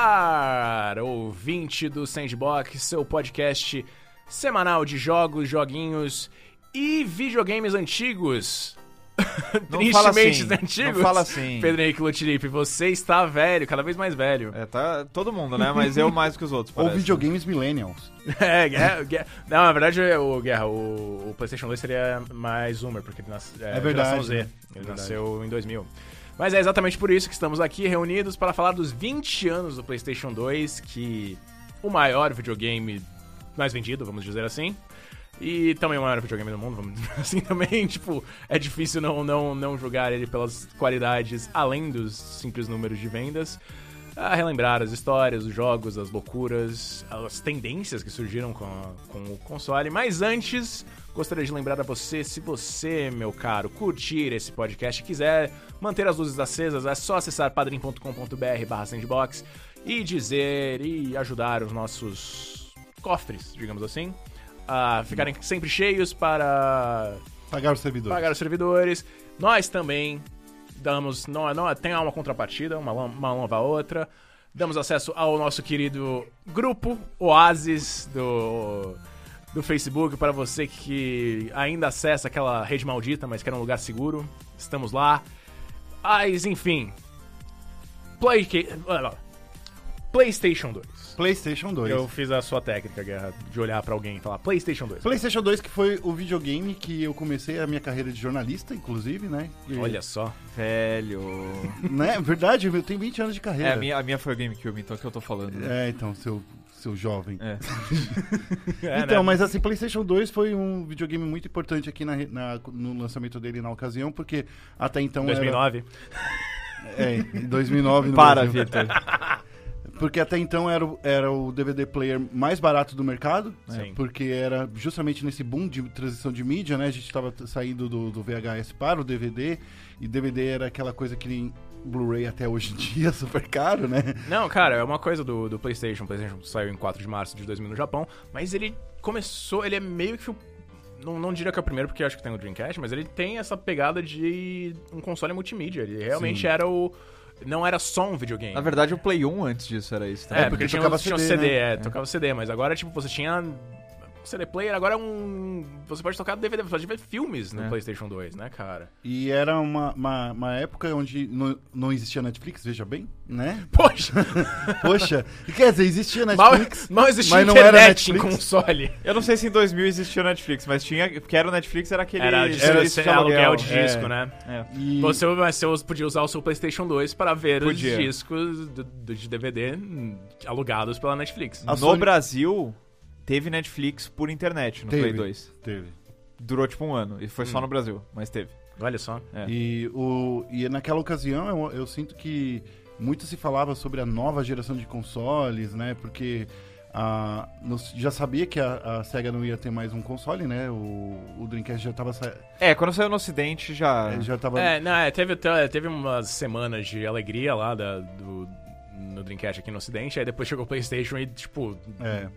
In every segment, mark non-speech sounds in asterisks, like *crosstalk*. ar, ouvinte do Sandbox, seu podcast semanal de jogos, joguinhos e videogames antigos. Não *laughs* Tristemente fala assim, antigos. não fala assim. Pedro Henrique Lutilipe, você está velho, cada vez mais velho. É, tá todo mundo, né? Mas eu mais que os *laughs* outros, Ou parece. né? videogames millennials. *laughs* É, Guerra, Guerra- Não, na verdade, o Guerra, o, o PlayStation 2 seria mais Zoomer, porque ele nasceu. É, É verdade, geração Z. né? Ele É verdade. nasceu em 2000. Mas é exatamente por isso que estamos aqui reunidos para falar dos 20 anos do PlayStation 2, que o maior videogame mais vendido, vamos dizer assim. E também o maior videogame do mundo, vamos dizer *laughs* assim também. Tipo, é difícil não, não, não julgar ele pelas qualidades além dos simples números de vendas. A relembrar as histórias, os jogos, as loucuras, as tendências que surgiram com, a- com o console. Mas antes, gostaria de lembrar a você, se você, meu caro, curtir esse podcast e quiser manter as luzes acesas, é só acessar padrim.com.br barra sandbox e dizer e ajudar os nossos cofres, digamos assim, a ficarem sempre cheios para Pagar os servidores. pagar os servidores. Nós também damos. Não, não, tem uma contrapartida, uma, lam- uma lava a outra. Damos acesso ao nosso querido grupo Oasis do, do Facebook para você que ainda acessa aquela rede maldita, mas quer um lugar seguro. Estamos lá. Mas, enfim. Play, que- ah, não. PlayStation 2. PlayStation 2. Eu fiz a sua técnica, Guerra, de olhar pra alguém e falar PlayStation 2. PlayStation 2 que foi o videogame que eu comecei a minha carreira de jornalista, inclusive, né? E- Olha só. Velho. Né? Verdade, eu tenho 20 anos de É, carreira. a minha, a minha foi o GameCube, então é que eu tô falando. né? É, então, seu, seu jovem. É. É, Então, né? mas assim, PlayStation 2 foi um videogame muito importante aqui na re- na- no lançamento dele na ocasião, porque até então. 2009. Era, é, em 2009 no Para, Brasil. Vitor. *laughs* Porque até então era, o- era o DVD player mais barato do mercado, né? Sim. porque era justamente nesse boom de transição de mídia, né? A gente estava saindo do, do VHS para o DVD, e DVD era aquela coisa que nem Blu-ray até hoje em dia, *laughs* super caro, né? Não, cara, é uma coisa do, do PlayStation. O PlayStation saiu em 4 de março de 2000 no Japão, mas ele começou, ele é meio que o. Não, não diria que é o primeiro, porque eu acho que tem o Dreamcast, mas ele tem essa pegada de um console multimídia. Ele realmente Sim. era o. Não era só um videogame. Na verdade, o Play 1 antes disso era isso, tá? é, porque porque, tinha, tocava tinha o CD, CD, né? é, tocava CD, mas agora, tipo, você tinha. CD player, agora é um. Você pode tocar DVD, você pode ver filmes no É. PlayStation 2, né, *laughs* cara? E era uma, uma, uma época onde não, não existia Netflix, veja bem, *laughs* né? Poxa, Poxa, quer dizer, existia mal, *laughs* Netflix. mal existia mas não era internet em Netflix. console. Eu não sei se em 2000 existia o Netflix, mas tinha. Porque era o Netflix, era aquele. Era, de- serviço era aluguel de É. disco, né? É. E- Você, mas você podia usar o seu PlayStation 2 para ver Podia. os discos do- do- de DVD hum, alugados pela Netflix. A No Sony- Brasil, teve Netflix por internet no Teve. Play 2. Teve. Durou tipo um ano. E foi só no Brasil, mas teve. Olha só. É. E, o, e naquela ocasião eu, eu sinto que muito se falava sobre a nova geração de consoles, né? Porque a, não se- já sabia que a, a SEGA não ia ter mais um console, né? O, o Dreamcast já tava. sa- É, quando saiu no Ocidente já. eh, Já tava É, não, é, teve, até- teve umas semanas de alegria lá da- do, no Dreamcast aqui no Ocidente, aí depois chegou o PlayStation e, tipo, é.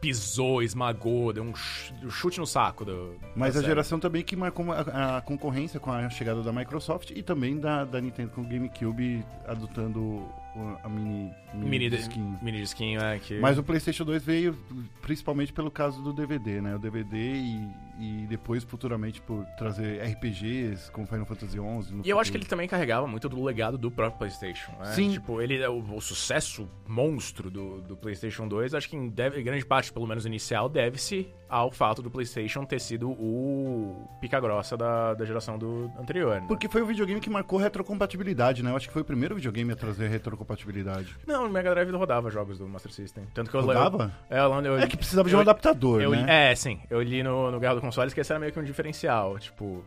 pisou, esmagou, deu um ch- um chute no saco. Do, Mas da a série. geração também que marcou uma- a, a concorrência com a chegada da Microsoft e também da, da Nintendo com o GameCube adotando o- a mini, mini, Mini, disquinho. mini disquinho, é, que... Mas o PlayStation 2 veio principalmente pelo caso do DVD, né? O DVD e, e depois, futuramente, por trazer RPGs como Final Fantasy XI. no E eu acho que ele futuro. também carregava muito do legado do próprio PlayStation. Né? Sim. Tipo, ele é o, o sucesso monstro do, do PlayStation 2. Acho que em deve- grande parte, pelo menos inicial, deve-se ao fato do PlayStation ter sido o pica-grossa da, da geração do anterior. né? Porque foi o videogame que marcou retrocompatibilidade, né? Eu acho que foi o primeiro videogame a trazer retrocompatibilidade. Não, o Mega Drive rodava jogos do Master System. Tanto que eu Rodava? Eu, é, eu, eu, É que precisava de um eu- adaptador, Eu, li- né? É, sim. Eu li no, no Guerra do Consoles que esse era meio que um diferencial. Tipo,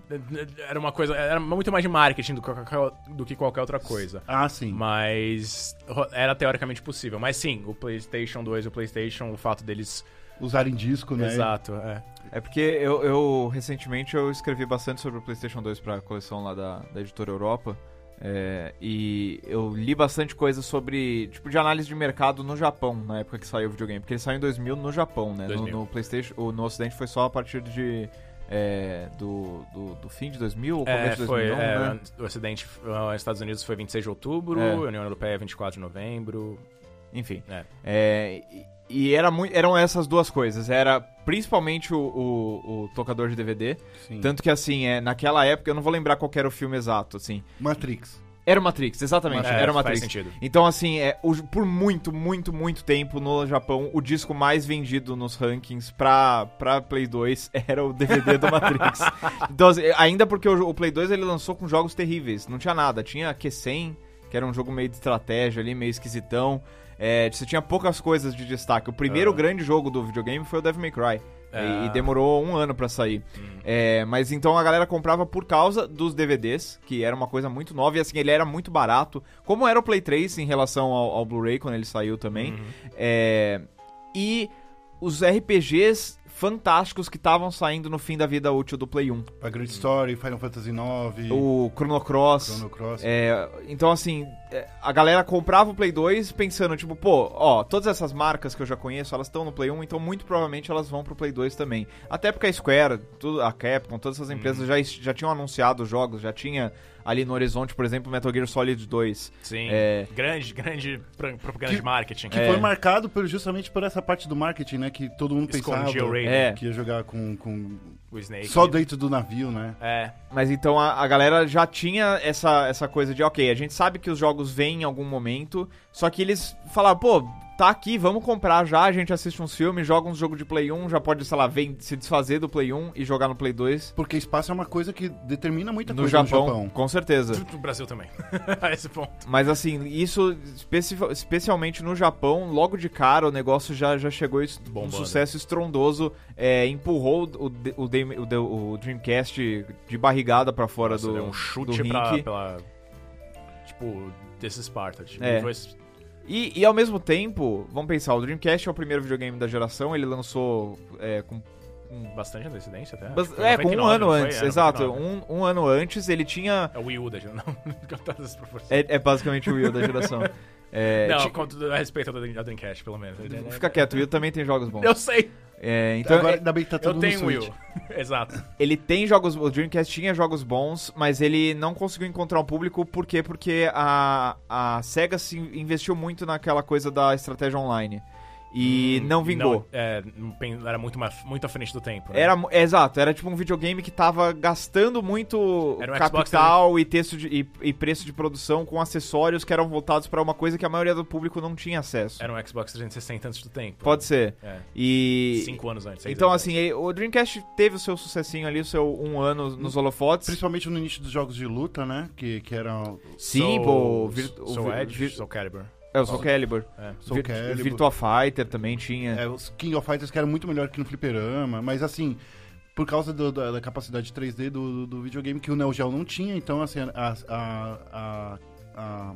era uma coisa. Era muito mais de marketing do que qualquer- do que qualquer outra coisa. Ah, sim. Mas ro- era teoricamente possível. Mas sim, o PlayStation 2 e o PlayStation, o fato deles. Usar em disco, né? Exato, é. É porque eu, eu, recentemente eu escrevi bastante sobre o PlayStation 2 para a coleção lá da, da editora Europa. é, e eu li bastante coisa sobre, tipo, de análise de mercado no Japão, na época que saiu o videogame. Porque ele saiu em 2000 no Japão, né? No, 2000. no PlayStation, ou no Ocidente foi só a partir de. é, do, do, do fim de 2000 ou começo É, de foi. 2001, é, ah, né? O acidente, os Estados Unidos foi 26 de outubro, É. a União Europeia 24 de novembro. Enfim. É. É, e e era mui- eram essas duas coisas. Era principalmente o, o- o tocador de DVD. Sim. Tanto que, assim, é, naquela época, eu não vou lembrar qual que era o filme exato, assim. Matrix. Era o Matrix, exatamente. Matrix. era o É, faz Matrix. sentido. Então, assim, é, o- por muito, muito, muito tempo no Japão, o disco mais vendido nos rankings pra, pra Play 2 *laughs* era o DVD do *laughs* Matrix. Então, assim, ainda porque o, o Play 2 ele lançou com jogos terríveis. Não tinha nada. Tinha Q100, que era um jogo meio de estratégia ali, meio esquisitão. É, você tinha poucas coisas de destaque. O primeiro grande jogo do videogame foi o Devil May Cry. E- Ah. E demorou um ano pra sair. É, mas então a galera comprava por causa dos DVDs, que era uma coisa muito nova, e assim, ele era muito barato. Como era o Play 3 em relação ao, ao Blu-ray quando ele saiu também. Uhum. É, e os RPGs fantásticos que estavam saindo no fim da vida útil do Play 1. A Great Story, Final Fantasy IX, O Chrono Cross. Chrono Cross. É, então, assim, é, a galera comprava o Play 2 pensando, tipo, pô, ó, todas essas marcas que eu já conheço, elas estão no Play 1, então muito provavelmente elas vão pro Play 2 também. Até porque a Square, tudo, a Capcom, todas essas empresas já, es- já tinham anunciado os jogos, já tinha ali no horizonte, por exemplo, Metal Gear Solid 2. Sim. É. Grande, grande pro- propaganda Que- de marketing. É. Que foi marcado por- justamente por essa parte do marketing, né? Que todo mundo pensava Escondia o Raiden, É. É. que ia jogar com, com- o Snake. só dentro do navio, né? É, Mas então a, a galera já tinha essa, essa coisa de, ok, a gente sabe que os jogos vêm em algum momento, só que eles falaram, pô, tá aqui, vamos comprar já, a gente assiste uns filmes, joga uns jogo de Play 1, já pode, sei lá, vem, se desfazer do Play 1 e jogar no Play 2 Porque espaço é uma coisa que determina muita no coisa Japão, no Japão. com certeza. o Brasil também. *laughs* a esse ponto. Mas assim, isso especi- especialmente no Japão, logo de cara o negócio já, já chegou es- um Bombando. sucesso estrondoso, é, empurrou o, de- o, de- o de- o Dreamcast de barrigada pra fora Nossa, do deu um chute do pra, ringue. pela. Tipo, desse Sparta. Tipo, É. foi- E, e ao mesmo tempo, vamos pensar, o Dreamcast é o primeiro videogame da geração, ele lançou é, com, bastante antecedência até. né? bas- Acho que foi é, com um 99, ano não foi? antes, É, exato. 99. Um, um ano antes ele tinha. É o Wii U da geração. Não, *laughs* com todas as proporções. É, é basicamente o Wii U da *laughs* geração. É, não, ti- quanto a respeito da da Dreamcast, pelo menos. Fica quieto, o Wii U também tem jogos bons. Eu sei, É, então, Agora, é, ainda bem que tá tudo eu no tenho o Wii Switch. U. *laughs* Exato. ele tem jogos. O Dreamcast tinha jogos bons, mas ele não conseguiu encontrar um público, por quê? Porque a, a SEGA se investiu muito naquela coisa da estratégia online. E não vingou. Não, é, não pen- era muito, mais- muito à frente do tempo. né? Era, mu- é, exato, era tipo um videogame que tava gastando muito Era um Xbox capital e, texto de- e, e preço de produção com acessórios que eram voltados pra uma coisa que a maioria do público não tinha acesso. Era um Xbox 360 antes do tempo. Pode ser. É. E. Cinco anos antes. seis então, anos assim, ele- o Dreamcast teve o seu sucessinho ali, o seu um ano nos holofotes. Principalmente no início dos jogos de luta, né? Que, que era o Sim, pô. Soul, o Vir- o Soul Vir- Edge, Vir- Soul Calibur. É, o Soul Calibur. É. Soul Vir- Calibur. Virtua Fighter também tinha. É, os King of Fighters que era muito melhor que no fliperama, mas assim, por causa do- da, da capacidade 3D do, do- do videogame que o Neo Geo não tinha, então assim, a... a- a- a-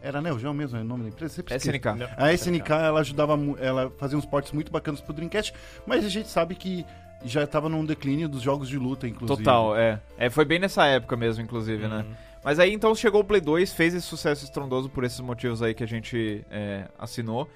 era Neo Geo mesmo, é o nome da empresa? Sempre esqueço. SNK. Não, A SNK, ela ajudava, mu- ela fazia uns portes muito bacanas pro Dreamcast, mas a gente sabe que já tava num declínio dos jogos de luta, inclusive. Total, é. é. Foi bem nessa época mesmo, inclusive, né? Mas aí então chegou o Play 2, fez esse sucesso estrondoso por esses motivos aí que a gente é, assinou.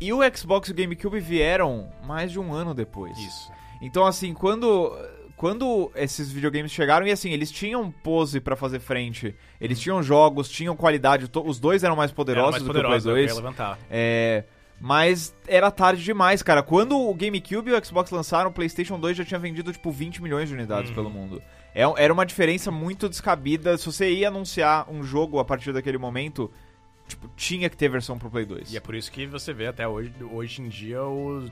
E o Xbox e o GameCube vieram mais de um ano depois. Isso. Então, assim, quando. Quando esses videogames chegaram, e assim, eles tinham pose pra fazer frente, eles tinham jogos, tinham qualidade, to- os dois Uhum. eram mais Era poderosos É, mais do poderosa, que o eu Play ia 2. levantar. É, mas era tarde demais, cara. Quando o GameCube e o Xbox lançaram, o PlayStation 2 já tinha vendido tipo 20 milhões de unidades Uhum. pelo mundo. É um- era uma diferença muito descabida. Se você ia anunciar um jogo a partir daquele momento, tipo, tinha que ter versão pro Play 2. E é por isso que você vê até hoje, hoje em dia os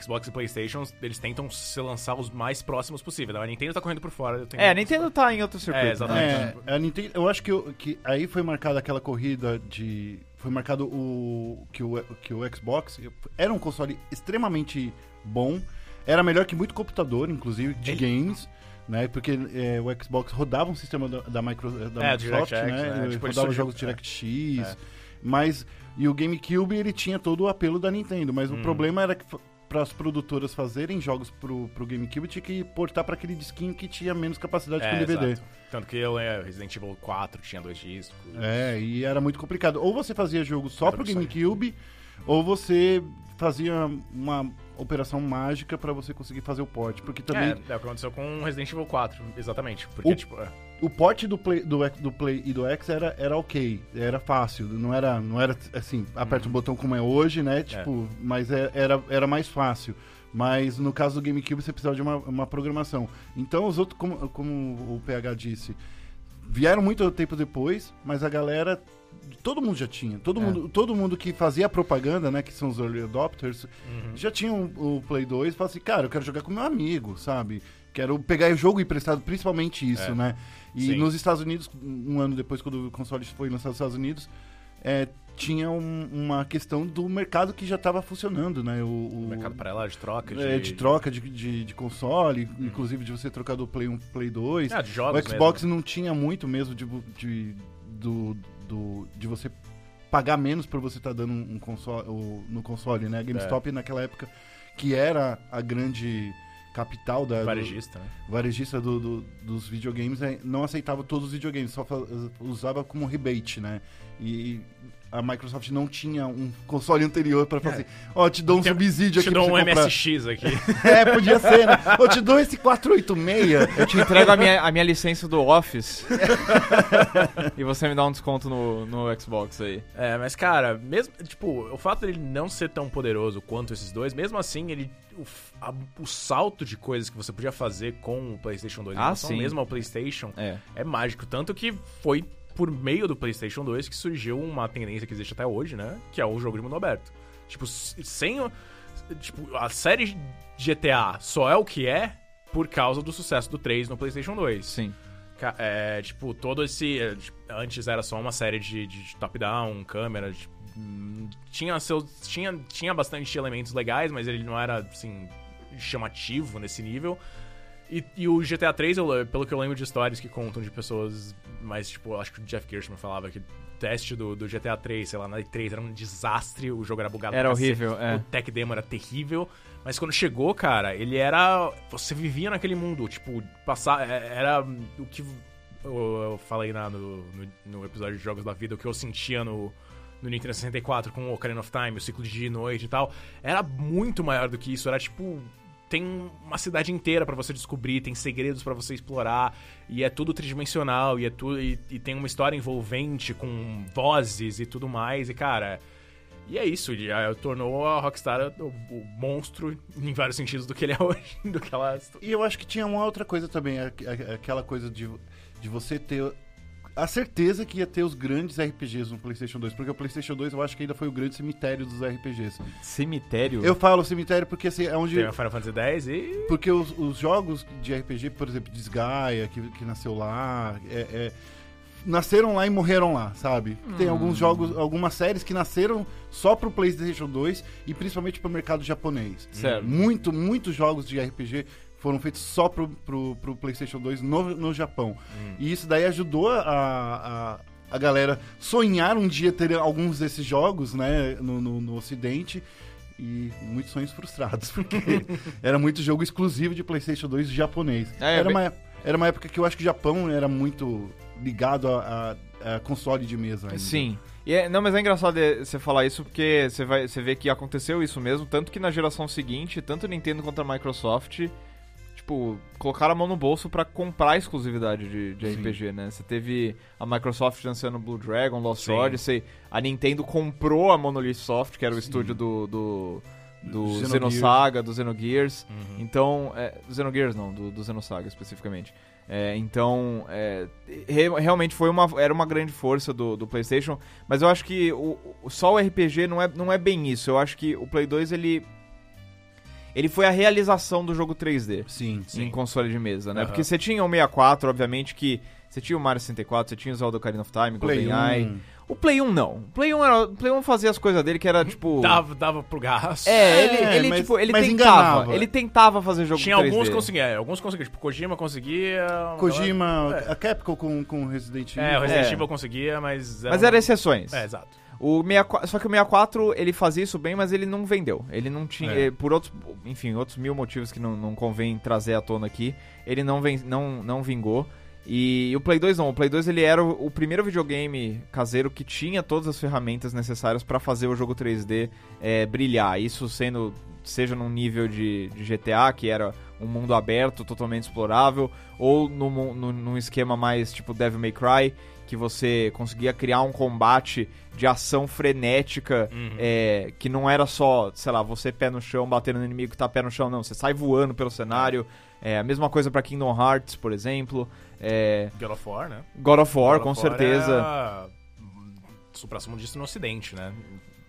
Xbox e Playstation, eles tentam se lançar os mais próximos possível. A Nintendo tá correndo por fora. eu tenho- É, a Nintendo tá em outro circuito. É, exatamente. É, a Nintendo, eu acho que, o- que aí foi marcada aquela corrida de... Foi marcado o que, o que o Xbox era um console extremamente bom, era melhor que muito computador, inclusive, de games, né? Porque é, o Xbox rodava um sistema da, da micro, da É, DirectX, Microsoft, né? né? Ele Tipo, ele rodava surgiu- é, jogos DirectX, mas... E o GameCube, ele tinha todo o apelo da Nintendo, mas Uhum. o problema era que para as produtoras fazerem jogos pro, pro GameCube, tinha que portar para aquele disquinho que tinha menos capacidade que o É, DVD. exato. Tanto que eu, é, Resident Evil 4 tinha dois discos. É, e era muito complicado. Ou você fazia jogo só Era pro um sonho. GameCube, ou você fazia uma operação mágica pra você conseguir fazer o port, porque também É, é o que aconteceu com Resident Evil 4, exatamente. Porque, O- tipo, é, o porte do Play, do, X- do Play e do X era, era ok, era fácil, não era, não era assim, aperta Uhum. o botão como é hoje, né? Tipo, mas é- era, era mais fácil. Mas no caso do GameCube você precisava de uma, uma programação. Então os outros, como, como o PH disse, vieram muito tempo depois, mas a galera. Todo mundo já tinha. É. Todo, mundo, todo mundo que fazia a propaganda, né? Que são os early adopters, Uhum. já tinha o o Play 2 e falava assim, cara, eu quero jogar com meu amigo, sabe? Quero pegar jogo emprestado, principalmente isso, É. né? E Sim. nos Estados Unidos, um ano depois, quando o console foi lançado nos Estados Unidos, é, tinha um- uma questão do mercado que já estava funcionando, né? O, o- O mercado paralelo de Uhum. troca. é, de troca de, de- de console, inclusive de você trocar do Play 1 pro Play 2. Ah, de jogos o Xbox não tinha muito mesmo de, vo- de, do, do- de você pagar menos por você estar dando um console, o- no console, né? A GameStop É. naquela época, que era a grande capital da, mesmo. do- Varejista, né? varejista do- do- dos videogames eh, não aceitava todos os videogames, só fa- usava como rebate, né? E a Microsoft não tinha um console anterior pra fazer. Ó, te dou um É. Tem- subsídio Te aqui dou um pra você comprar. MSX aqui. É, podia ser, né? Ó, te dou esse 486. Eu te entrego a minha, a minha licença do Office *laughs* e você me dá um desconto no, no Xbox aí. É, mas cara, mesmo, tipo, o fato dele não ser tão poderoso quanto esses dois, mesmo assim, ele o, f- a- o salto de coisas que você podia fazer com o PlayStation 2 em Ah, relação sim. mesmo ao PlayStation É. é mágico, tanto que foi por meio do PlayStation 2 que surgiu uma tendência que existe até hoje, né, que é o jogo de mundo aberto. Tipo, s- sem o- tipo, a série GTA só é o que é por causa do sucesso do 3 no PlayStation 2. Sim. Ca- É, tipo, todo esse. é, tipo, Antes era só uma série de, de top-down, câmera. de- hum, tinha, seus, tinha, tinha bastante elementos legais, mas ele não era, assim, chamativo nesse nível. E, e o GTA 3, pelo que eu lembro de histórias que contam de pessoas mais, tipo, acho que o Jeff Kirschman falava que o teste do, do GTA 3, sei lá, na E3 era um desastre, o jogo era bugado Era pra cacete, horrível, é. O tech demo era terrível, mas quando chegou, cara, ele era. Você vivia naquele mundo, tipo, passar. é- Era o que eu eu falei na, no, no- no episódio de Jogos da Vida, o que eu sentia no, no Nintendo 64 com o Ocarina of Time, o ciclo de dia e noite e tal. Era muito maior do que isso, era tipo. Tem uma cidade inteira pra você descobrir, tem segredos pra você explorar, e é tudo tridimensional, e é tudo. E, e tem uma história envolvente com vozes e tudo mais, e cara. E é isso, ele ah, tornou a Rockstar o, o monstro em vários sentidos do que ele é *laughs* hoje, do que ela. E eu acho que tinha uma outra coisa também, a- a- aquela coisa de, de você ter a certeza que ia ter os grandes RPGs no PlayStation 2, porque o PlayStation 2 eu acho que ainda foi o grande cemitério dos RPGs. Cemitério? Eu falo cemitério porque assim, é onde Tem a Final Fantasy X e. Porque os, os jogos de RPG, por exemplo, Desgaia, que, que nasceu lá, é- é, nasceram lá e morreram lá, sabe? Tem alguns jogos, algumas séries que nasceram só pro PlayStation 2 e principalmente pro mercado japonês. Certo. É, Muito, muitos jogos de RPG foram feitos só pro, pro, pro PlayStation 2 no, no Japão. Hum. E isso daí ajudou a. a a galera sonhar um dia ter alguns desses jogos, né, no- no- no Ocidente, e muitos sonhos frustrados, *laughs* porque era muito jogo exclusivo de PlayStation 2 japonês. É, era, bem- uma, era uma época que eu acho que o Japão era muito ligado a, a- a console de mesa ainda. Sim. E é- não, mas é engraçado é, você falar isso porque você, vai, você vê que aconteceu isso mesmo, tanto que na geração seguinte, tanto Nintendo quanto a Microsoft, tipo, colocaram a mão no bolso pra comprar a exclusividade de, de Sim. RPG, né? Você teve a Microsoft lançando Blue Dragon, Lost Sim. Odyssey, a Nintendo comprou a Monolith Soft, que era o estúdio do... do do Xenogears. Uhum. Xenosaga, do Xenogears. Então, é, do Xenogears não, do, do Xenosaga especificamente. É, então, é, re- realmente foi uma, era uma grande força do, do PlayStation, mas eu acho que o, o- só o RPG não é, não é bem isso. Eu acho que o Play 2 ele, ele foi a realização do jogo 3D Sim. em console de mesa, né? Aham. Porque você tinha o 64, obviamente, que você tinha o Mario 64, você tinha o Zelda Ocarina of Time, Play GoldenEye. 1. O Play 1 não. O Play 1, era, o Play 1 fazia as coisas dele que era *laughs* tipo. Dava, dava pro gasto. É, ele, É, ele, mas- tipo, ele mas tentava. enganava. Ele tentava fazer jogo Tinha 3D. alguns que conseguia, alguns conseguia. Tipo, Kojima conseguia. uma Kojima, É. a Capcom com, com Resident Evil. galera- É, o Resident É. Evil conseguia, mas. né? Mas eram exceções. É, exato. O 64, só que o 64, ele fazia isso bem, mas ele não vendeu. Ele não tinha. É. eh, Por outros. Enfim, outros mil motivos que não, não convém trazer à tona aqui. Ele não, ven, não, não vingou. E, o Play 2 não. O Play 2 ele era o, o primeiro videogame caseiro que tinha todas as ferramentas necessárias pra fazer o jogo 3D eh, brilhar. Isso sendo. Seja num nível de, de GTA, que era um mundo aberto, totalmente explorável, ou num, mu- num- num esquema mais tipo Devil May Cry, que você conseguia criar um combate de ação frenética, Uhum. é, que não era só, sei lá, você pé no chão, batendo no inimigo, tá pé no chão, não. Você sai voando pelo cenário. É, a mesma coisa pra Kingdom Hearts, por exemplo. É, God of War, né? God of War, God com of War é certeza. era, hum, Supra-sumo disso no ocidente, né?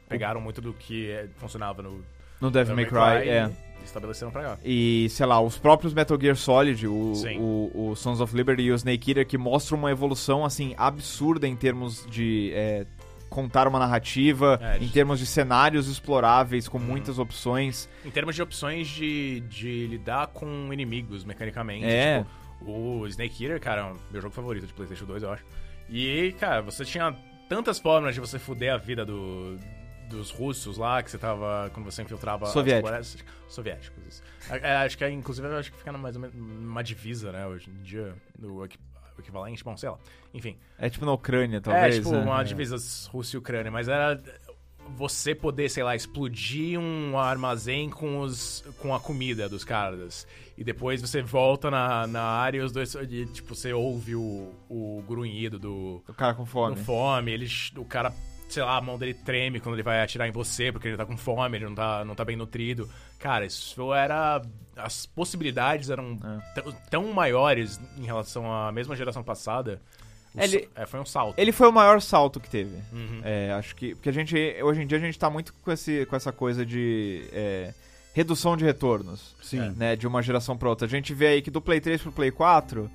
Pegaram muito do que é, funcionava no No Devil May Cry, é. e estabeleceram pra cá. E, sei lá, os próprios Metal Gear Solid, o, Sim. o, o Sons of Liberty e o Snake Eater, que mostram uma evolução, assim, absurda em termos de é, contar uma narrativa, É, em de- Uhum. termos de cenários exploráveis, com muitas opções. Em termos de opções de, de lidar com inimigos mecanicamente. É. Tipo, o Snake Eater, cara, é o meu jogo favorito de PlayStation 2, eu acho. E, cara, você tinha tantas formas de você fuder a vida do, dos russos lá, que você tava. Quando você infiltrava. as Soviéticos. florestas- Soviéticos, isso. É, é, acho que, é, inclusive, eu acho que fica mais ou menos uma divisa, né, hoje em dia, do equi- o equivalente, bom, sei lá. Enfim. É tipo na Ucrânia, talvez. É, tipo, né? uma É. divisa Rússia e Ucrânia, mas era você poder, sei lá, explodir um armazém com, os, com a comida dos caras. E depois você volta na, na área e os dois. E, tipo, você ouve o, o grunhido do. O cara com Com fome. fome, ele, o cara, sei lá, a mão dele treme quando ele vai atirar em você, porque ele tá com fome, ele não tá, não tá bem nutrido. Cara, isso era. As possibilidades eram tão- tão maiores em relação à mesma geração passada. O sa- Ele- é, foi um salto. Ele foi o maior salto que teve. É, acho que. Porque a gente. Hoje em dia a gente tá muito com, esse, com essa coisa de. é, redução de retornos. Sim. Né, de uma geração pra outra. A gente vê aí que do Play 3 pro Play 4.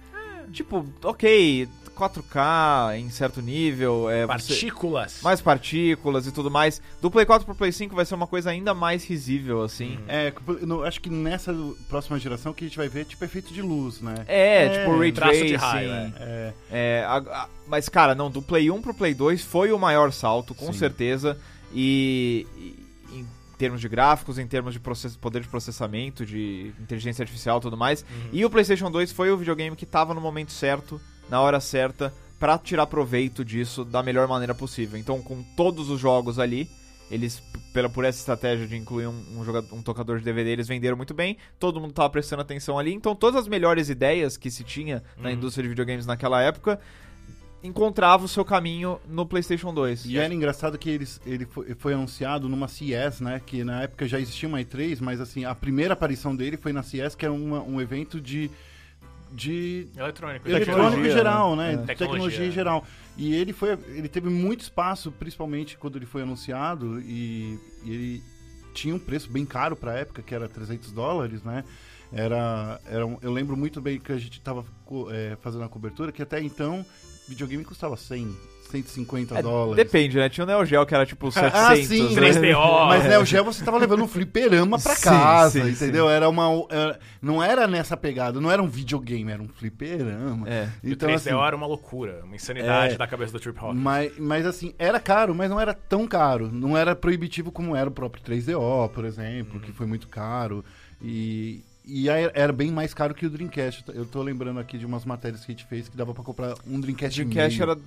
Tipo, ok, 4K em certo nível. É, você- Partículas. mais partículas e tudo mais. Do Play 4 pro Play 5 vai ser uma coisa ainda mais risível, assim. É, eu não- acho que nessa próxima geração que a gente vai ver, tipo, efeito de luz, né? É, É, tipo Ray traço Tracing. de raio, é. É, É, a- a- mas, cara, não, do Play 1 pro Play 2 foi o maior salto, com Sim. certeza. E, e em termos de gráficos, em termos de process- poder de processamento, de inteligência artificial e tudo mais. Uhum. E o PlayStation 2 foi o videogame que tava no momento certo, na hora certa, pra tirar proveito disso da melhor maneira possível. Então, com todos os jogos ali. Eles, p- pela, por essa estratégia de incluir um, um joga- um tocador de DVD, eles venderam muito bem. Todo mundo tava prestando atenção ali. Então, todas as melhores ideias que se tinha Uhum. na indústria de videogames naquela época encontrava o seu caminho no PlayStation 2. E é era engraçado que eles, ele foi, foi anunciado numa CES, né? Que na época já existia uma E3, mas assim, a primeira aparição dele foi na CES, que era uma- um evento de. de Eletrônico. eletrônico em né? é geral, né? É. Tecnologia. Tecnologia. em geral. E ele foi. Ele teve muito espaço, principalmente quando ele foi anunciado, e, e ele tinha um preço bem caro pra época, que era 300 dólares, né? Era, era um- eu lembro muito bem que a gente tava co- é, fazendo a cobertura, que até então videogame custava 100, 150 É, dólares. Depende, né? Tinha o Neo Geo que era tipo 700. *laughs* Ah, sim, né? 3DO. Mas Neo Geo você tava levando um fliperama pra Sim, casa, sim, entendeu? Era uma. era- não era nessa pegada, não era um videogame, era um fliperama. É. Então, Então, 3DO assim, era uma loucura, uma insanidade É. da cabeça do Trip Hop. mas, mas assim, era caro, mas não era tão caro. Não era proibitivo como era o próprio 3DO, por exemplo, Uhum. que foi muito caro. E, e aí era bem mais caro que o Dreamcast. Eu tô lembrando aqui de umas matérias que a gente fez que dava pra comprar um Dreamcast. Dreamcast e meio, era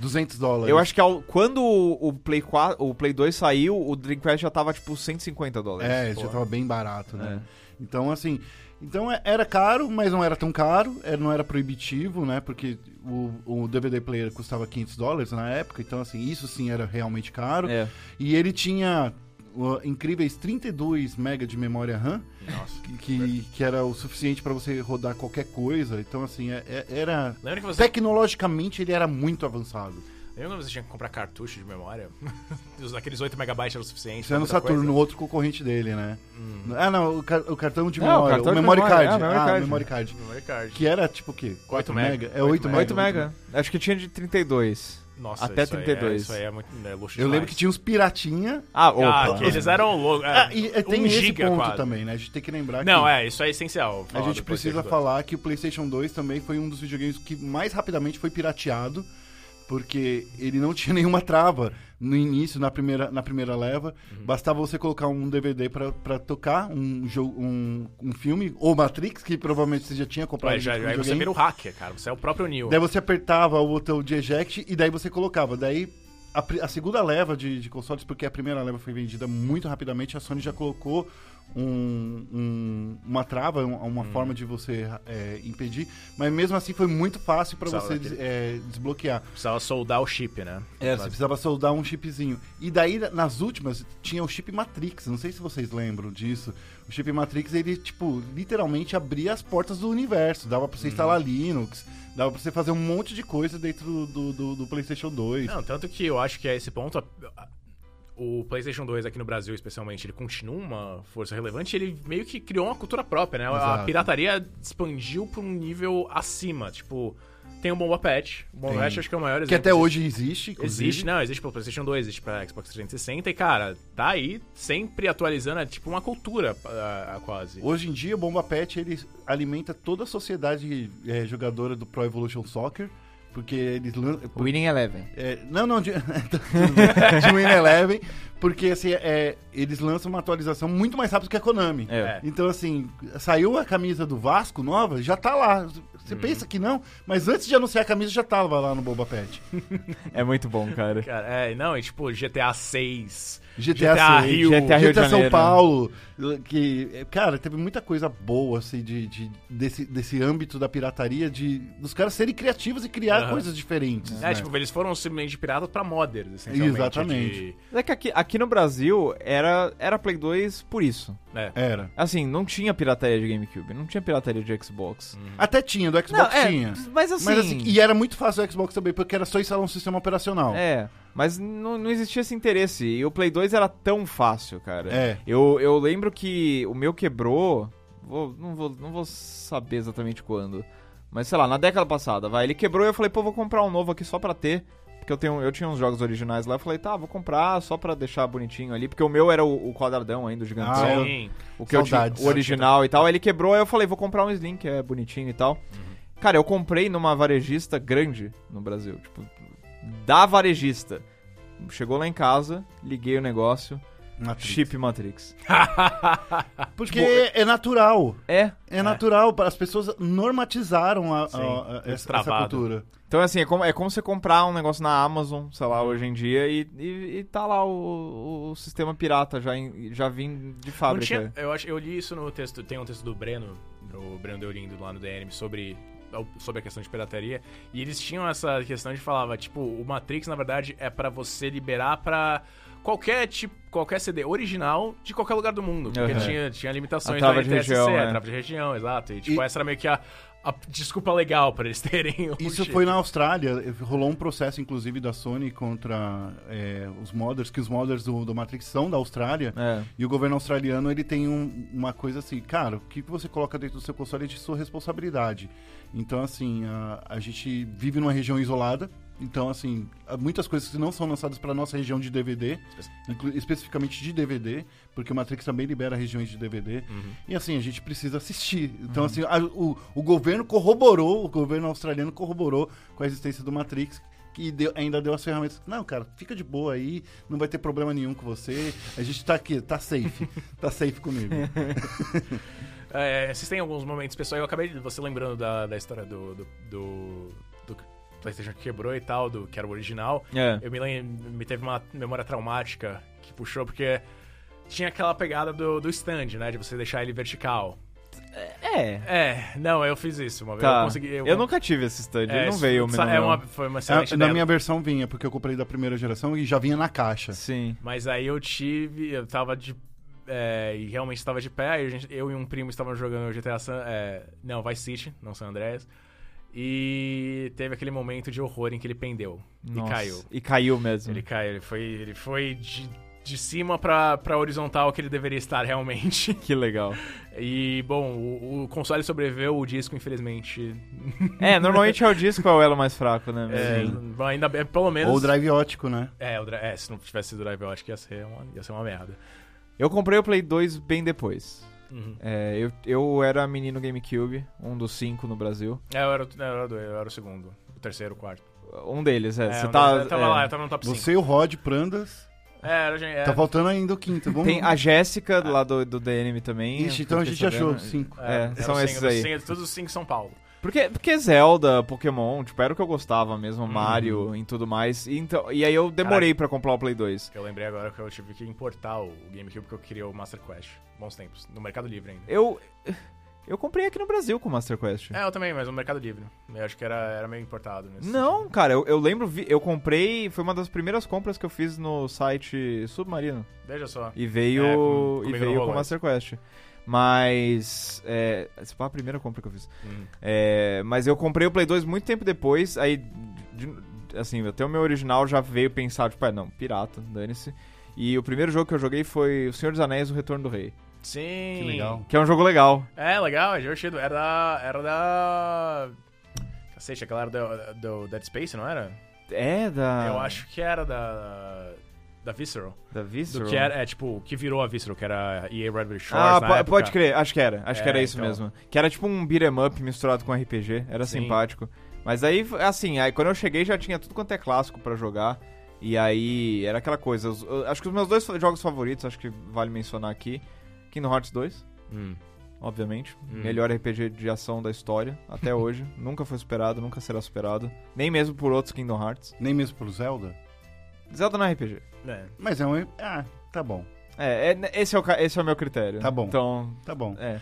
200 dólares. Eu acho que ao- quando o o Play 4, o Play 2 saiu, o Dreamcast já tava tipo 150 dólares. É, Pô. já tava bem barato, né? É. Então, assim, então é- era caro, mas não era tão caro, é, não era proibitivo, né? Porque o, o DVD player custava 500 dólares na época, então, assim, isso sim era realmente caro. É. E ele tinha ó, incríveis 32 MB de memória RAM, Nossa. Hum. que, que, que era o suficiente para você rodar qualquer coisa. Então, assim, é- é- era... Lembra que, você, Tecnologicamente, ele era muito avançado. lembra quando você tinha que comprar cartucho de memória? *laughs* Os- Aqueles 8 megabytes eram o suficiente. Isso era no pra muita Saturno, coisa. outro concorrente dele, né? Ah, não, o, car- o cartão de Não, o memória, o, cartão de memory memória, card. é, o memory ah, card. o memory card. Memory card. Que era tipo o quê? 4 mega. mega? É 8 mega. 8 mega. Acho que tinha de 32. Nossa, Até isso aí é- 32. isso aí é muito é luxo Eu lembro que demais. tinha uns piratinha. Ah, opa. Ah, que eles eram loucos. Ah, e e tem um esse giga ponto quase. também, né? A gente tem que lembrar Não, que é, isso é essencial. a falar gente do precisa PlayStation falar que o PlayStation 2 também foi um dos videogames que mais rapidamente foi pirateado, porque ele não *laughs* tinha nenhuma trava no início, na primeira, na primeira leva. Uhum. Bastava você colocar um DVD pra, pra tocar, um, jogo, um, um filme, ou Matrix, que provavelmente você já tinha comprado. Ué, já, junto com o aí você videogame. vira o hacker, cara. Você é o próprio Neo. Daí você apertava o botão de eject e daí você colocava. Daí a, pri- a segunda leva de, de consoles, porque a primeira leva foi vendida muito rapidamente, a Sony já colocou um- um- uma trava, um- Hum. uma forma de você é, impedir, mas mesmo assim foi muito fácil para Precisava você daquele- é, desbloquear. Precisava soldar o chip, né? É, você Mas- precisava soldar um chipzinho. E daí, nas últimas, tinha o chip Matrix. Não sei se vocês lembram disso. O chip Matrix, ele, tipo, literalmente abria as portas do universo. Dava Uhum. pra você instalar Linux, dava pra você fazer um monte de coisa dentro do, do, do PlayStation 2. Não, tanto que eu acho que a esse ponto. a- a- o PlayStation 2 aqui no Brasil, especialmente, ele continua uma força relevante. Ele meio que criou uma cultura própria, né? A Exato. pirataria expandiu pra um nível acima. Tipo, tem o Bomba Pet. O Bomba Tem. Pet acho que é o maior que exemplo até disso. hoje existe. inclusive. Existe, né? não, existe pelo PlayStation 2, existe pra Xbox 360 e, cara, tá aí sempre atualizando, é tipo uma cultura ah, quase. Hoje em dia, o Bomba Pet ele alimenta toda a sociedade é, jogadora do Pro Evolution Soccer. Porque eles lan- *laughs* Winning Eleven. É, não, não, de, *laughs* de Win Eleven, porque assim, é, eles lançam uma atualização muito mais rápido que a Konami. É. Então, assim, saiu a camisa do Vasco nova, já tá lá. Uhum. Você pensa que não, mas antes de anunciar a camisa já tava lá no Boba Pet. É muito bom, cara. Cara, é, não, e tipo GTA 6, GTA, VI, Rio, GTA Rio de GTA São Janeiro. né? Paulo, que, é, cara, teve muita coisa boa, assim, de, de- desse, desse âmbito da pirataria, de dos caras serem criativos e criar Aham. coisas diferentes. É, né? tipo, eles foram simplesmente piratas pra modders, essencialmente. Exatamente. Mas É que aqui, aqui no Brasil era, era Play 2 por isso. de- é. Era. Assim, não tinha pirataria de GameCube, não tinha pirataria de Xbox. Até tinha, do Xbox Não, é, tinha. mas assim. Mas assim, e era muito fácil o Xbox também, porque era só instalar um sistema operacional. É, mas não, não existia esse interesse. E o Play 2 era tão fácil, cara. É. Eu, eu lembro que o meu quebrou. vou- não, vou, não vou saber exatamente quando. Mas sei lá, na década passada, vai. Ele quebrou e eu falei, pô, vou comprar um novo aqui só pra ter. Porque eu, tenho, eu tinha uns jogos originais lá. Eu falei, tá, vou comprar só pra deixar bonitinho ali. Porque o meu era o, o quadradão ainda, o gigantão. Ah, é. Sim. O que eu tinha, Saudades. o original e tal. Aí ele quebrou, aí eu falei, vou comprar um Slim, que é bonitinho e tal. Uhum. Cara, eu comprei numa varejista grande no Brasil, tipo, da varejista. Chegou lá em casa, liguei o negócio, Matrix. chip Matrix. Porque é natural. É, É, natural. As pessoas normatizaram a- a- Sim, a- essa, essa travado. cultura. então assim, é como, é como você comprar um negócio na Amazon, sei Uhum. lá, hoje em dia, e, e, e tá lá o, o sistema pirata, já, em- já vim de Não fábrica. tinha, eu, acho, eu li isso no texto, tem um texto do Breno, do Breno Deolindo lá no DNM, sobre, sobre a questão de pirataria, e eles tinham essa questão de falava, tipo, o Matrix, na verdade, é pra você liberar pra qualquer tipo, qualquer CD original de qualquer lugar do mundo, porque Uhum. tinha, tinha limitações A trava da de NTSC, região, a né? trava de região, exato, e tipo, E- essa era meio que a, a desculpa legal pra eles *laughs* terem o Isso chip. foi na Austrália. Rolou um processo, inclusive, da Sony contra é, os modders, que os modders do, do Matrix são da Austrália. É. E o governo australiano, ele tem um- uma coisa assim, cara, o que que você coloca dentro do seu console é de sua responsabilidade. Então, assim, a, a gente vive numa região isolada, então, assim, há muitas coisas que não são lançadas para nossa região de DVD, inclu- especificamente de DVD, porque o Matrix também libera regiões de DVD, e assim, a gente precisa assistir. Então, assim, a- o, o governo corroborou, o governo australiano corroborou com a existência do Matrix, que deu- ainda deu as ferramentas. Não, cara, fica de boa aí, não vai ter problema nenhum com você. A gente tá aqui, tá safe. tá safe comigo. É, vocês têm alguns momentos pessoais. Eu acabei de você lembrando da, da história do, do, do, do PlayStation que quebrou e tal, do que era o original. É. Eu me lembro, me teve uma memória traumática que puxou, porque tinha aquela pegada do, do stand, né? De você deixar ele vertical. É. É, não, eu fiz isso uma vez. Tá. Eu Eu, consegui. nunca tive esse stand, é, ele não isso- veio, meu. é uma, Foi uma excelente Ah, Na- na ideia. minha versão vinha, porque eu comprei da primeira geração e já vinha na caixa. Sim. Mas aí eu tive. Eu tava de. é, e realmente tava de pé. aí a gente- eu e um primo estavam jogando GTA San. é, não, Vice City, não San Andreas. E teve aquele momento de horror em que ele pendeu. E Nossa. caiu. E caiu mesmo. Ele caiu, ele foi, ele foi de, de cima pra, pra horizontal que ele deveria estar realmente. *laughs* Que legal. E, bom, o, o console sobreviveu, o disco, *laughs* infelizmente. É, normalmente é o disco é o elo mais fraco, né? É, mesmo? ainda bem, pelo menos. Ou o drive ótico, né? É, o dri- é, se não tivesse sido o drive, eu acho que ia ser uma, ia ser uma merda. Eu comprei o Play 2 bem depois. Uhum. É, eu, eu era menino GameCube, um dos cinco no Brasil. É, eu era, o- eu era, o- eu era o segundo, o terceiro, o quarto. Um deles, é. É, Você eu tá. tava- eu tava é. lá, eu tava no top 5. Você e o Rod Prandas. É, era, gente, é, Tá faltando ainda o quinto. Vamos... Tem a Jéssica lá do, do DNM também. Ixi, eu então a fiquei gente achou sabendo. os cinco. é, era são os esses cinco, aí. cinco, todos os 5 São Paulo. Porque, porque Zelda, Pokémon, tipo, era o que eu gostava mesmo, Mario e tudo mais. E, então, e aí eu demorei pra comprar o Play 2. Eu lembrei agora que eu tive que importar o GameCube porque eu queria o Master Quest. Bons tempos. No Mercado Livre ainda. Eu. Eu comprei aqui no Brasil com o Master Quest. É, eu também, mas no Mercado Livre. Eu acho que era, era meio importado. Nesse Não, cara, eu, eu lembro, vi- eu comprei, foi uma das primeiras compras que eu fiz no site Submarino. sentido. Veja só. E veio. É, com- e comigo não veio com rolou o Master Quest. Mas. É, essa foi a primeira compra que eu fiz. Hum. É, mas eu comprei o Play 2 muito tempo depois, aí. de- assim, até o meu original já veio pensar, tipo, ah, não, pirata, dane-se. E o primeiro jogo que eu joguei foi O Senhor dos Anéis e o Retorno do Rei. Sim. Que legal. Que é um jogo legal. É, legal, é divertido. Era da. Era da. Cacete, aquela era do, do Dead Space, não era? É da. Eu acho que era da. Da Visceral. Da Visceral. Do que era, é, tipo, o que virou a Visceral, que era EA Redwood Shores. Ah, na po- época. pode crer, acho que era. Acho que É, era isso então. mesmo. Que era tipo um beat'em up misturado com RPG, era Sim. simpático. Mas aí, assim, aí quando eu cheguei já tinha tudo quanto é clássico pra jogar. E aí era aquela coisa. os- eu- acho que os meus dois jogos favoritos, acho que vale mencionar aqui: Kingdom Hearts 2, Hum. obviamente. Hum. Melhor RPG de ação da história, *laughs* até hoje. nunca foi superado, nunca será superado. Nem mesmo por outros Kingdom Hearts. Nem mesmo pro Zelda. Zelda não é RPG. É. Mas é um. Ah, tá bom. É, é- esse, é o, ca- esse é o meu critério. Tá bom. Então, Tá bom. é.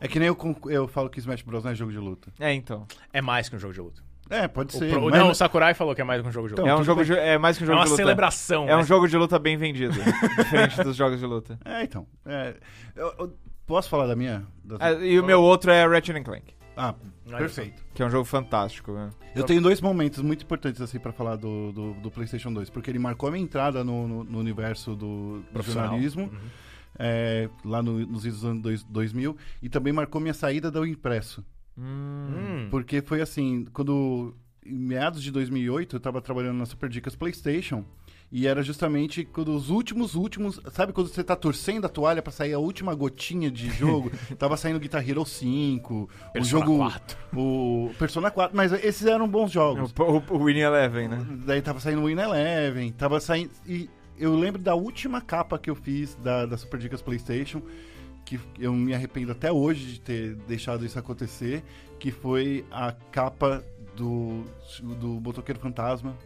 É que nem eu, con- eu falo que Smash Bros. não é jogo de luta. É, então. É mais que um jogo de luta. É, pode O ser. pro- mas- Não, o Sakurai falou que é mais que um jogo de luta. Então, é um tudo jogo bem. de, é mais que um é jogo uma de luta. celebração. né? É um mas- jogo de luta bem *laughs* vendido, diferente dos jogos de luta. É, então. É, eu- eu- posso falar da minha? Das- Ah, e o meu outro é Ratchet and Clank, Ah, Olha perfeito. que é um jogo fantástico. né? Eu tenho dois momentos muito importantes assim pra falar do, do, do PlayStation 2, porque ele marcou a minha entrada no, no- no universo do, do Profissional. Uhum. jornalismo, é, lá no- nos idos dos anos dois- 2000, e também marcou minha saída do impresso. Hum. Porque foi assim, quando em meados de 2008 eu tava trabalhando na Super Dicas PlayStation e era justamente quando os últimos últimos, sabe quando você tá torcendo a toalha pra sair a última *laughs* gotinha de jogo, tava saindo Guitar Hero 5, o Persona jogo 4. o Persona 4, mas esses eram bons jogos. O, o, o Winning Eleven, né? Daí tava saindo o Win Eleven, tava saindo. E eu lembro da última capa que eu fiz da, da Super Dicas PlayStation, que eu me arrependo até hoje de ter deixado isso acontecer, que foi a capa do, do Motoqueiro Fantasma,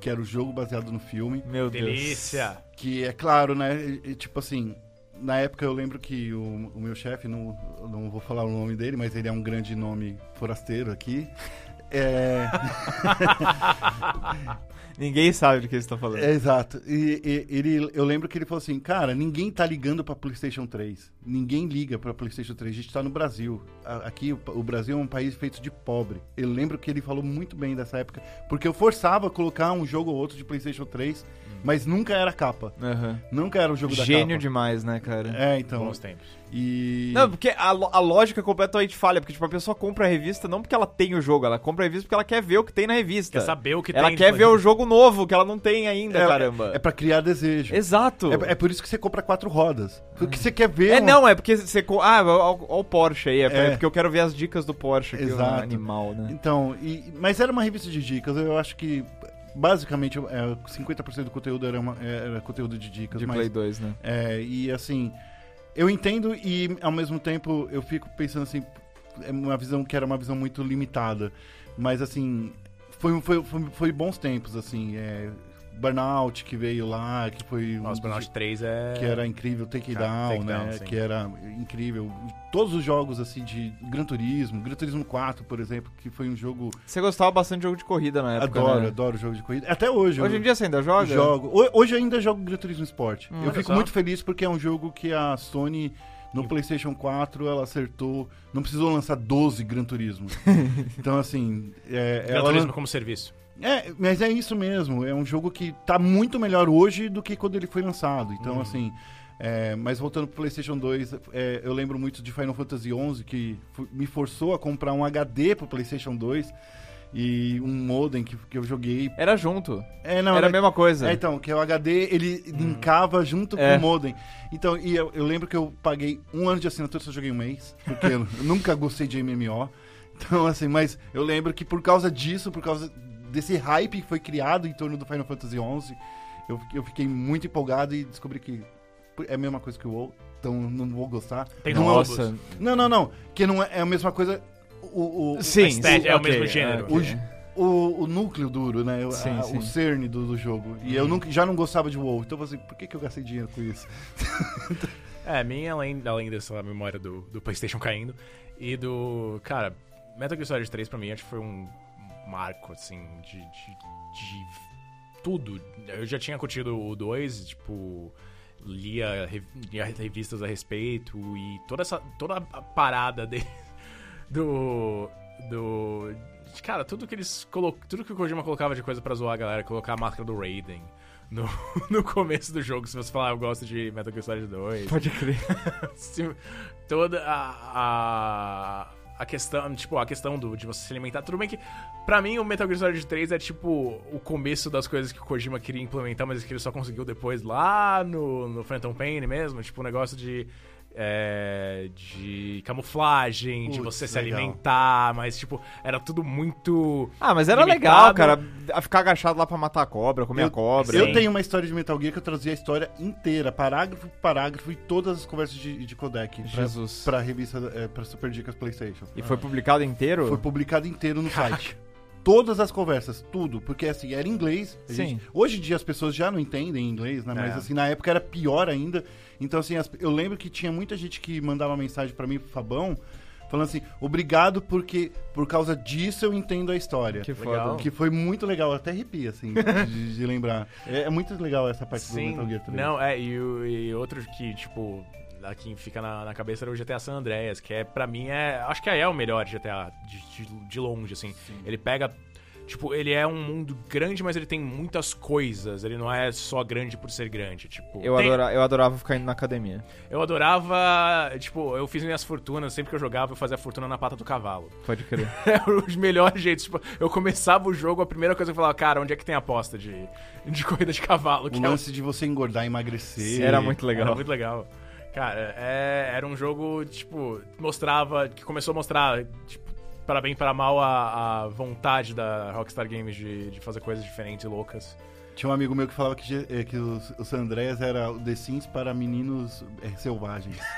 que era o jogo baseado no filme. Meu Deus. Delícia. Que é claro, né? e- e, tipo assim, na época eu lembro que o, o meu chefe, não, não vou falar o nome dele, mas ele é um grande nome forasteiro aqui. *laughs* É. Ninguém sabe do que eles estão falando. É, exato. E, e- ele, eu lembro que ele falou assim, cara, ninguém tá ligando pra PlayStation 3. Ninguém liga pra PlayStation 3. A gente tá no Brasil. A- aqui, o, pa- o Brasil é um país feito de pobre. Eu lembro que ele falou muito bem dessa época, porque eu forçava a colocar um jogo ou outro de PlayStation 3, mas nunca era capa. Aham. Nunca era o jogo Hum. Gênio da capa. demais, né, cara? É, então. Bons tempos. E. Não, porque a, lo- a lógica é completamente falha, porque tipo, a pessoa compra a revista não porque ela tem o jogo, ela compra a revista porque ela quer ver o que tem na revista. Quer saber o que Tá. ela tem quer ver disponível. o jogo novo que ela não tem ainda, é, caramba. É pra criar desejo. Exato. É, é por isso que você compra quatro rodas. O que você quer ver. É, uma- não, é porque você. co- Ah, ó, ó o Porsche aí. É, É. porque eu quero ver as dicas do Porsche, que é um Exato. animal, né? Então, e- mas era uma revista de dicas, eu acho que basicamente é, 50% do conteúdo era, uma- era conteúdo de dicas. De mas, Play 2, né? é, e assim, eu entendo e ao mesmo tempo eu fico pensando assim, é uma visão que era uma visão muito limitada, mas assim, foi, foi, foi, foi bons tempos, assim, é, Burnout que veio lá, que foi... um Nossa, dos- Burnout 3 é. que era incrível, Take It Cara, Down, Take né? Down, sim. que era incrível. Todos os jogos, assim, de Gran Turismo, Gran Turismo 4, por exemplo, que foi um jogo Você gostava bastante de jogo de corrida na época, adoro, né? adoro jogo de corrida. Até hoje. Hoje eu em dia você ainda joga? jogo. Ho- Hoje eu ainda jogo Gran Turismo Sport. Hum, eu olha fico só. muito feliz porque é um jogo que a Sony no PlayStation 4 ela acertou. Não precisou lançar 12 Gran Turismo. então, assim. É, Gran ela- Turismo como serviço. é, mas é isso mesmo. É um jogo que tá muito melhor hoje do que quando ele foi lançado. Então, assim. é, mas voltando pro PlayStation 2, é, eu lembro muito de Final Fantasy XI, que fu- me forçou a comprar um HD pro PlayStation 2 e um modem que, que eu joguei. Era junto. É, não, era a né? mesma coisa. É, então, que é o HD, ele linkava junto É. com o modem. Então, e eu, eu lembro que eu paguei um ano de assinatura, só joguei um mês, *laughs* porque eu nunca gostei de MMO. Então, assim, mas eu lembro que por causa disso, por causa desse hype que foi criado em torno do Final Fantasy XI, eu, fi- eu fiquei muito empolgado e descobri que é a mesma coisa que o WoW, então não vou gostar. Tem não, é o- novos. Nossa. não, não, não, que não é, é a mesma coisa... o, o, Sim, estética, é o mesmo ok, gênero. ok. o, j- o, o núcleo duro, né? O- Sim, a- sim. Uhum. O cerne do, do jogo. E eu nunca, já não gostava de WoW. Então eu falei assim, por que, que eu gastei dinheiro com isso? É, minha, além, além dessa memória do, do PlayStation caindo e do. Cara, Metal Gear Solid 3 pra mim acho que foi um marco, assim, de. de, de tudo. Eu já tinha curtido o 2, tipo. Lia, rev- lia revistas a respeito e toda essa. toda a parada dele. *laughs* Do. Do. de- Cara, tudo que eles colo... tudo que o Kojima colocava de coisa pra zoar a galera, colocar a máscara do Raiden no, *laughs* no começo do jogo, se você falar, "Ah, eu gosto de Metal Gear Solid 2. *laughs* Pode crer. *laughs* Se- toda a, a a questão, tipo, a questão do de você se alimentar, tudo bem que pra mim o Metal Gear Solid 3 é tipo o começo das coisas que o Kojima queria implementar, mas que ele só conseguiu depois lá no, no Phantom Pain mesmo, tipo, o negócio de é, de camuflagem, de Putz, você se legal. alimentar, mas tipo, era tudo muito Ah, mas era Limitado. legal, cara. a Ficar agachado lá pra matar a cobra, comer a eu, cobra. Sim. eu tenho uma história de Metal Gear que eu trazia a história inteira, parágrafo por parágrafo, e todas as conversas de, de codec. Pra, Jesus. pra revista, é, pra Super Dicas Playstation. E foi publicado inteiro? Foi publicado inteiro no site. Todas as conversas, tudo, porque assim, era em inglês. a Sim. gente- hoje em dia as pessoas já não entendem inglês, né? Mas É. assim, na época era pior ainda. Então, assim, as- eu lembro que tinha muita gente que mandava mensagem pra mim, pro Fabão, falando assim: obrigado porque por causa disso eu entendo a história. Que Que, foda. Legal. foi muito legal, eu até arrepia, assim, de, de lembrar. É, é muito legal essa parte do Metal Gear 3. Não, é, e, o- e outro que, tipo, lá que fica na, na cabeça era o GTA San Andreas, que é, pra mim, é. Acho que é o melhor GTA de, de, de longe, assim. Ele pega. Tipo, ele é um mundo grande, mas ele tem muitas coisas. Ele não é só grande por ser grande. Tipo, Eu, tem- adora- eu adorava ficar indo na academia. eu adorava. Tipo, eu fiz minhas fortunas. Sempre que eu jogava, eu fazia a fortuna na pata do cavalo. *laughs* Pode crer. *laughs* Era os melhores jeitos. Tipo, eu começava o jogo, a primeira coisa que eu falava, cara, onde é que tem aposta de, de corrida de cavalo? O que é o- lance de você engordar, emagrecer. Era muito legal. Era muito legal. Cara, é- era um jogo, tipo, mostrava, que começou a mostrar, tipo, para bem e para mal, a, a vontade da Rockstar Games de, de fazer coisas diferentes e loucas. Tinha um amigo meu que falava que, G- eh, que o, o San Andreas era o The Sims para meninos eh, selvagens. *laughs*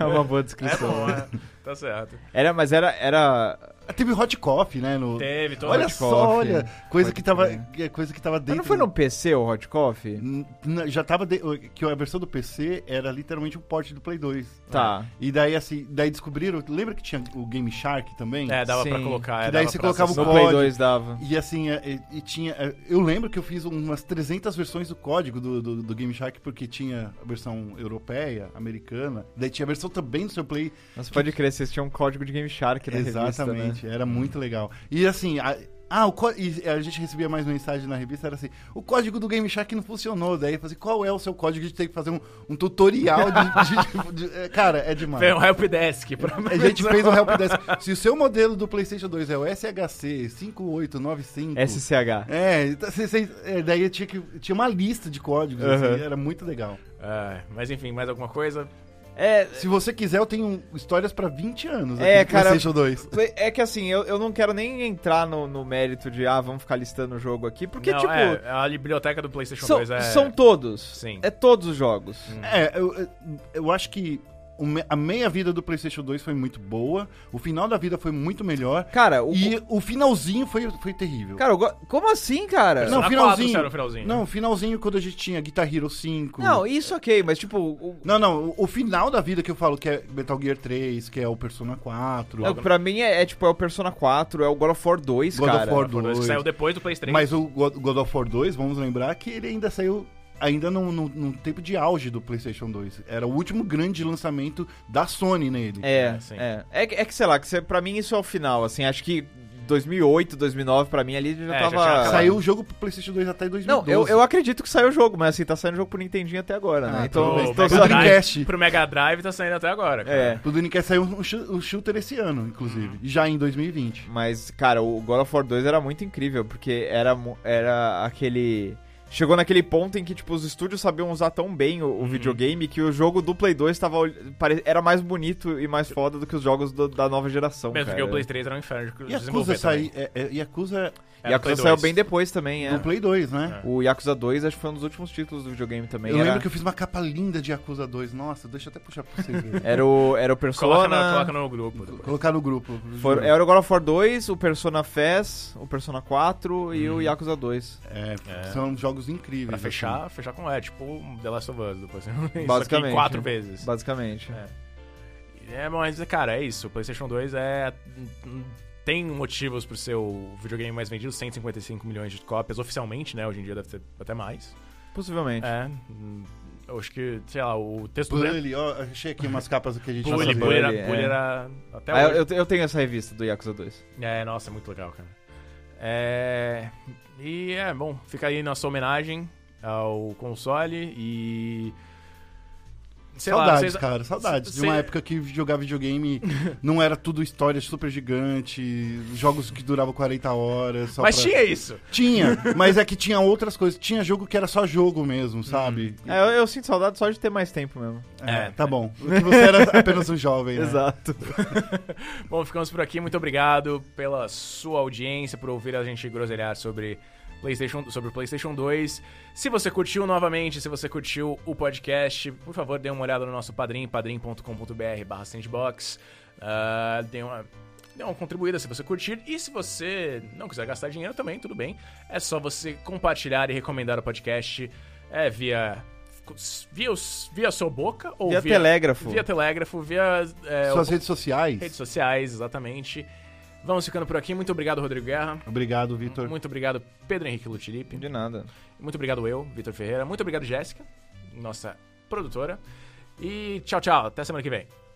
É uma boa É descrição. bom, né? Tá certo. Era, mas era, era. Ah, Teve Hot Coffee, né? No... Teve toda Olha Hot só, Coffee. olha. Coisa Pode que, tava, crer. que- coisa que tava Mas dentro. não foi no PC o Hot Coffee? N- n- Já tava. de- Que a versão do PC era literalmente um porte do Play 2. Tá. E daí, assim, daí descobriram. Lembra que tinha o Game Shark também? É, dava pra Sim. colocar. Que é, daí dava você pra colocava o acessar. No Pode. Play 2 dava. E assim, é, e, e tinha. é, Eu lembro que eu fiz umas 300 versões do código do, do, do Game Shark, porque tinha a versão europeia, americana. Daí tinha a versão também do seu Play Mas pode crer, vocês tinham um código de Game Shark na revista, né? Exatamente, era muito legal. E assim, a, ah, o có- e a gente recebia mais mensagem na revista, era assim, o código do Game Shark não funcionou. Daí eu falei assim, qual é o seu código? A gente tem que fazer um, um tutorial de, de- de- é, Cara, é demais. Foi um helpdesk. *laughs* Pra... A gente fez um helpdesk. Se o seu modelo do Playstation 2 é o SHC 5895... SCH. É, então, cê- cê- é, daí eu tinha, que, tinha uma lista de códigos, assim, Uhum. era muito legal. É, mas enfim, mais alguma coisa? É, Se você quiser, eu tenho histórias pra 20 anos É, aqui do cara, Playstation 2. é que assim, eu, eu não quero nem entrar no, no mérito de, ah, vamos ficar listando o jogo aqui, porque, Não, tipo, é, a biblioteca do PlayStation são, 2 é. são todos. Sim. Hum. É todos os jogos. É, eu, eu- eu acho que o me- a meia-vida do PlayStation 2 foi muito boa, o final da vida foi muito melhor, Cara, o. e o finalzinho foi, foi terrível. Cara, eu go- como assim, cara? Persona Não, 4 finalzinho. saiu no finalzinho. Não, o finalzinho quando a gente tinha Guitar Hero 5. Não, isso ok, mas tipo, o- não, não, o, o final da vida que eu falo que é Metal Gear 3, que é o Persona 4. é, pra mim é, é, tipo, é o Persona 4, é o God of War 2, God cara. of War Por dois, que 2. Saiu depois do PlayStation 3. Mas o God God of War 2, vamos lembrar que ele ainda saiu ainda num, num- num tempo de auge do PlayStation 2. Era o último grande lançamento da Sony nele. É, É, sim. é. É, que- é que sei lá, que cê, pra mim isso é o final, assim, acho que 2008, 2009, pra mim ali já É, já tava... tinha acabado. Saiu o jogo pro PlayStation 2 até 2012. Não, eu, eu acredito que saiu o jogo, mas assim, tá saindo o jogo pro Nintendinho até agora, né? Ah, então, tudo bem. então Mas só- o Nintendo- Dreamcast. Pro Mega Drive tá saindo até agora. cara. É, O Dreamcast saiu um, chu- um shooter esse ano, inclusive. Uhum. Já em 2020. mas, cara, o God of War 2 era muito incrível, porque era, mu- era aquele... Chegou naquele ponto em que, tipo, os estúdios sabiam usar tão bem o, Uhum. o videogame que o jogo do Play 2 tava, ol- pare- era mais bonito e mais foda do que os jogos do- da nova geração, Mesmo cara. porque o Play 3 era um inferno de Yakuza desenvolver sair. também. É, é, Yakuza Era Yakuza Play saiu 2. bem depois também, é. no Play 2, né? O Yakuza 2 acho que foi um dos últimos títulos do videogame É. também. Eu era... lembro que eu fiz uma capa linda de Yakuza 2. Nossa, deixa eu até puxar pra vocês *laughs* verem. Era o, era o Persona... Coloca, na- coloca no grupo. depois. Colocar no grupo. For, era o God of War 2, o Persona Fest, o Persona 4 e Uhum. o Yakuza 2. É, É. são jogos incríveis. Pra assim. fechar, fechar com é, tipo um The Last of Us depois. *laughs* Isso aqui Basicamente, quatro né? vezes. Basicamente. É. É, mas, cara, é isso. O PlayStation 2 é. Tem motivos pro ser o videogame mais vendido, 155 milhões de cópias oficialmente, né? Hoje em dia deve ter até mais. Possivelmente. É. hum, Eu acho que, sei lá, o texto branco. Bully, ó, achei aqui umas capas que a gente Bully, já sabia. Bully era. é. Bully era até Ah, hoje. eu, eu tenho essa revista do Yakuza 2. É, nossa, é muito legal, cara. É. E é, bom, fica aí nossa homenagem ao console e. Sei lá, saudades, vocês- cara, saudades. cê- De uma cê- época que jogar videogame não era tudo história super gigante, jogos que duravam 40 horas. só Mas pra- tinha isso! Tinha, mas é que tinha outras coisas. Tinha jogo que era só jogo mesmo, sabe? É, eu, eu sinto saudade só de ter mais tempo mesmo. É, É. tá bom. Porque Você era apenas um jovem, né? Exato. Bom, ficamos por aqui. Muito obrigado pela sua audiência, por ouvir a gente groselhar sobre PlayStation, sobre o PlayStation 2. Se você curtiu novamente, se você curtiu o podcast, por favor, dê uma olhada no nosso padrim, padrim.com.br/barra sandbox. Ah, dê uma. Dê uma contribuída se você curtir. E se você não quiser gastar dinheiro também, tudo bem. É só você compartilhar e recomendar o podcast é, via. Via, os- via sua boca ou Via é telégrafo. Via telégrafo, via. é, Suas o- redes sociais. Redes sociais, exatamente. Vamos ficando por aqui. Muito obrigado, Rodrigo Guerra. Obrigado, Vitor. Muito obrigado, Pedro Henrique Lutilipe. De nada. Muito obrigado eu, Vitor Ferreira. Muito obrigado, Jéssica, nossa produtora. E tchau, tchau. Até semana que vem.